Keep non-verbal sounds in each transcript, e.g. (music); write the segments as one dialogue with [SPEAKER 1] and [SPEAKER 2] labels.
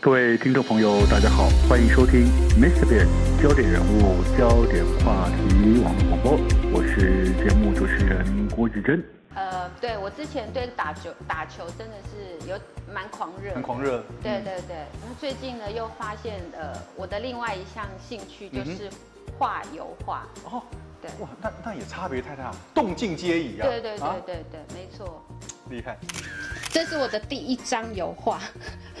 [SPEAKER 1] 各位听众朋友，大家好，欢迎收听 Mr. Bear 焦点人物、焦点话题网络广播，我是节目主持人郭志珍。
[SPEAKER 2] 呃，对我之前对打球打球真的是有蛮狂热，
[SPEAKER 3] 很狂热。
[SPEAKER 2] 对对对，那最近呢又发现呃我的另外一项兴趣
[SPEAKER 3] 嗯
[SPEAKER 2] 就是画油画，
[SPEAKER 3] 哦，
[SPEAKER 2] 对
[SPEAKER 3] 哇，那那也差别太大，动静皆宜啊。
[SPEAKER 2] 对对对
[SPEAKER 3] 啊
[SPEAKER 2] 对对，没错。
[SPEAKER 3] 厉害。
[SPEAKER 2] 这是我的第一张油画，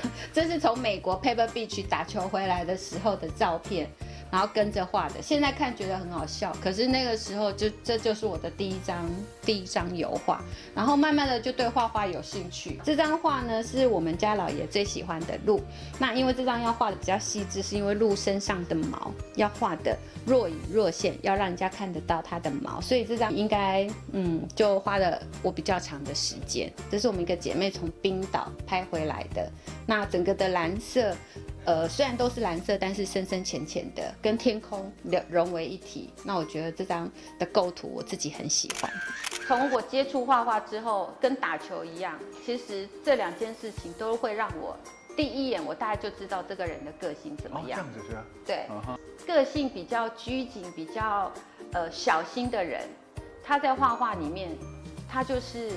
[SPEAKER 2] (laughs) 这是从美国 Paper Beach 打球回来的时候的照片，然后跟着画的。现在看觉得很好笑，可是那个时候就这就是我的第一张第一张油画，然后慢慢的就对画画有兴趣。这张画呢是我们家老爷最喜欢的鹿，那因为这张要画的比较细致，是因为鹿身上的毛要画的若隐若现，要让人家看得到它的毛，所以这张应该嗯就花了我比较长的时间。这是我们一个姐妹从冰岛拍回来的，那整个的蓝色，呃虽然都是蓝色，但是深深浅浅的，跟天空融融为一体。那我觉得这张的构图我自己很喜欢。从我接触画画之后，跟打球一样，其实这两件事情都会让我第一眼我大概就知道这个人的个性怎么
[SPEAKER 3] 哦，这
[SPEAKER 2] 样。
[SPEAKER 3] 样子是吧？
[SPEAKER 2] 对，
[SPEAKER 3] 啊哈，
[SPEAKER 2] 个性比较拘谨、比较呃小心的人，他在画画里面，他就是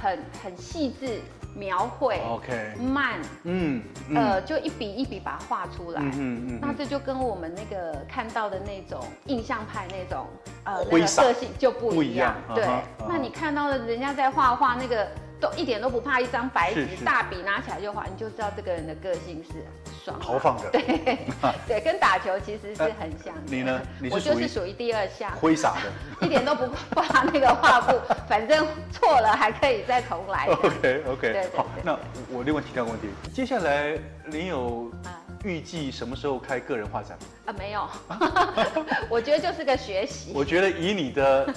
[SPEAKER 2] 很很细致描绘
[SPEAKER 3] OK
[SPEAKER 2] 慢，
[SPEAKER 3] 嗯，嗯
[SPEAKER 2] 呃，就一笔一笔把它画出来。
[SPEAKER 3] 嗯嗯
[SPEAKER 2] 那这就跟我们那个看到的那种印象派那种呃那
[SPEAKER 3] 挥
[SPEAKER 2] 个
[SPEAKER 3] 洒
[SPEAKER 2] 个性就不
[SPEAKER 3] 不
[SPEAKER 2] 一
[SPEAKER 3] 一
[SPEAKER 2] 样
[SPEAKER 3] 样。
[SPEAKER 2] 对
[SPEAKER 3] 啊哈啊，哈
[SPEAKER 2] 那你看到的人家在画画那个。都一点都不怕一张白纸
[SPEAKER 3] 是是
[SPEAKER 2] 大笔拿起来就画，你就知道这个人的个性是爽朗
[SPEAKER 3] 豪 (laughs) 放的
[SPEAKER 2] 对对，跟打球其实是很像的。
[SPEAKER 3] 呃你呢你是
[SPEAKER 2] 我就
[SPEAKER 3] 属
[SPEAKER 2] 是
[SPEAKER 3] 于
[SPEAKER 2] 属于第二项，
[SPEAKER 3] 挥洒的。
[SPEAKER 2] 一点都不怕那个画布，反正错了 (laughs) 还可以再重
[SPEAKER 3] (laughs)
[SPEAKER 2] 来。
[SPEAKER 3] OK
[SPEAKER 2] 对对
[SPEAKER 3] OK，
[SPEAKER 2] 对
[SPEAKER 3] 好，那我我另外提到个问题，接下来您有
[SPEAKER 2] 啊
[SPEAKER 3] 预计什么时候开个人
[SPEAKER 2] (laughs)
[SPEAKER 3] 画展吗？
[SPEAKER 2] 啊，没
[SPEAKER 3] (laughs)
[SPEAKER 2] 有，我觉得就是个学习。
[SPEAKER 3] 我觉得以你的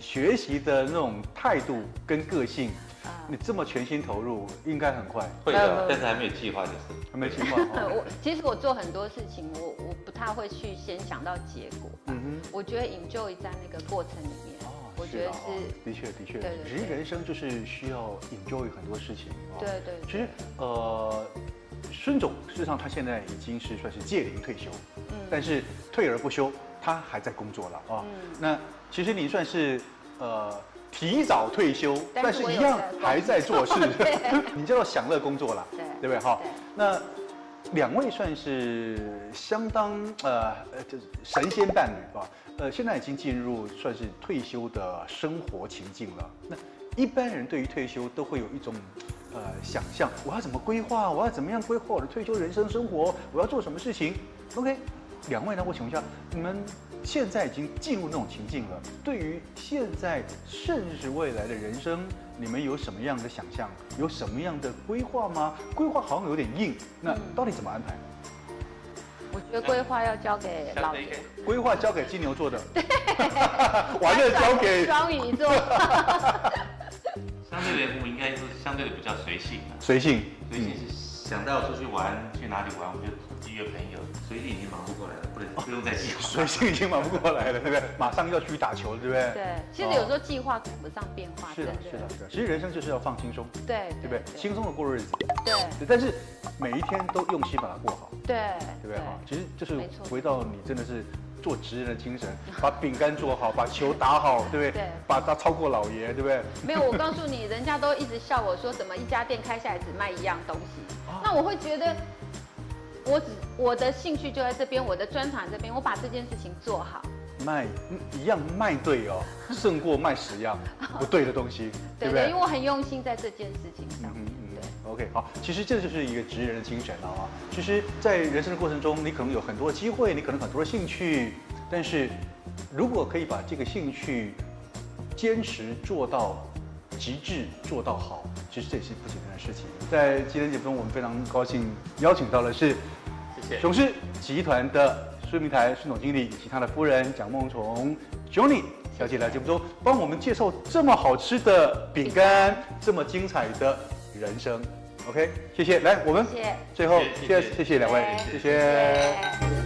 [SPEAKER 3] 学习的那种态度跟个性，
[SPEAKER 2] 啊
[SPEAKER 3] 你这么全心投入，应该很快，
[SPEAKER 4] 会
[SPEAKER 2] 呃
[SPEAKER 4] 的，但是还没有计划就是。
[SPEAKER 3] 还没情况。
[SPEAKER 2] (laughs)
[SPEAKER 3] 哦
[SPEAKER 2] 我其实我做很多事情，我我不太会去先想到结果。
[SPEAKER 3] 嗯
[SPEAKER 2] 我觉得 enjoy 在那个过程里面，
[SPEAKER 3] 哼，哦
[SPEAKER 2] 我觉得
[SPEAKER 3] 啊哦
[SPEAKER 2] 是，
[SPEAKER 3] 的确的确，
[SPEAKER 2] 对对
[SPEAKER 3] 其实人生就是需要 enjoy 很多事情。哦
[SPEAKER 2] 对对对
[SPEAKER 3] 其实呃，孙总事实上他现在已经是算是届龄退休，
[SPEAKER 2] 嗯
[SPEAKER 3] 但是退而不休，他还在工作了啊、哦
[SPEAKER 2] 嗯
[SPEAKER 3] 那其实你算是呃提早退休，
[SPEAKER 2] 但是
[SPEAKER 3] 但是
[SPEAKER 2] 我
[SPEAKER 3] 一
[SPEAKER 2] 有
[SPEAKER 3] 样
[SPEAKER 2] 在工作，
[SPEAKER 3] 还在做事
[SPEAKER 2] 对
[SPEAKER 3] (laughs)
[SPEAKER 2] (laughs)
[SPEAKER 3] 你叫做享乐工作啦，
[SPEAKER 2] 对
[SPEAKER 3] 对不对哈
[SPEAKER 2] 对？
[SPEAKER 3] 那两位算是相当呃呃，就是神仙伴侣吧？呃，现在已经进入算是退休的生活情境了。那一般人对于退休都会有一种呃想象，我要怎么规划？我要怎么样规划我的退休人生生活？我要做什么事情？OK，两位呢？我请问一下，你们现在已经进入那种情境了，对于现在甚至未来的人生，你们有什么样的想象？有什么样的规划吗？规划好像有点硬，那到底怎么安排？
[SPEAKER 2] 我觉得规划要交给老
[SPEAKER 4] 一
[SPEAKER 2] 爷
[SPEAKER 4] 个。
[SPEAKER 3] 规划交给金牛座的，完了交
[SPEAKER 2] (laughs)
[SPEAKER 3] 给
[SPEAKER 2] 双鱼
[SPEAKER 3] (laughs)
[SPEAKER 2] 座。
[SPEAKER 4] 相对人物应该是相对的比较随性的，
[SPEAKER 3] 随性。嗯
[SPEAKER 4] 随性是想到出去玩去哪里玩，我们就约朋友，随性已经忙不过来了，不能不用再计划。
[SPEAKER 3] 随性已经忙不过来了，对不对？马上要去打球了，对不对？
[SPEAKER 2] 对，其实有时候计划赶不上变化，
[SPEAKER 3] 哦是
[SPEAKER 2] 真
[SPEAKER 3] 的，是的，是的。其实人生就是要放轻松，
[SPEAKER 2] 对
[SPEAKER 3] 对不对？轻松的过日子，
[SPEAKER 2] 对
[SPEAKER 3] 对但是每一天都用心把它过好，
[SPEAKER 2] 对
[SPEAKER 3] 对不对？哈，其实就是
[SPEAKER 2] 没错
[SPEAKER 3] 回到你真的是做职人的精神，把饼干做好，把球打好，对不对？
[SPEAKER 2] 对
[SPEAKER 3] 把它超过老爷，对不对？
[SPEAKER 2] 没有，我告诉你，人家都一直笑我说，怎么一家店开下来只卖一样东西？
[SPEAKER 3] 啊
[SPEAKER 2] 那我会觉得，我只我的兴趣就在这边，我的专长在这边，我把这件事情做好。
[SPEAKER 3] 卖嗯一样卖对哦，胜过卖十样不对的东西，
[SPEAKER 2] 对
[SPEAKER 3] 对不
[SPEAKER 2] 对，
[SPEAKER 3] 对
[SPEAKER 2] 因为？我很用心在这件事情上面
[SPEAKER 3] 嗯。嗯
[SPEAKER 2] 对，
[SPEAKER 3] OK，好，其实这就是一个职人的精神了啊。其实，在人生的过程中，你可能有很多机会，你可能很多兴趣，但是如果可以把这个兴趣坚持做到极致，做到好，其实这也是不简单的事情。在今天节目中，我们非常高兴邀请到的是
[SPEAKER 4] 谢谢。
[SPEAKER 3] 雄狮集团的孙明台孙总经理以及他的夫人蒋梦虫 Johnny 小姐来节目中帮我们介绍这么好吃的饼干，这么精彩的人生。OK，谢谢。来，我们
[SPEAKER 2] 谢谢
[SPEAKER 3] 最后
[SPEAKER 4] 谢谢谢谢
[SPEAKER 3] 谢谢两位，
[SPEAKER 2] 对
[SPEAKER 3] 谢
[SPEAKER 4] 谢
[SPEAKER 3] 谢。
[SPEAKER 2] 谢谢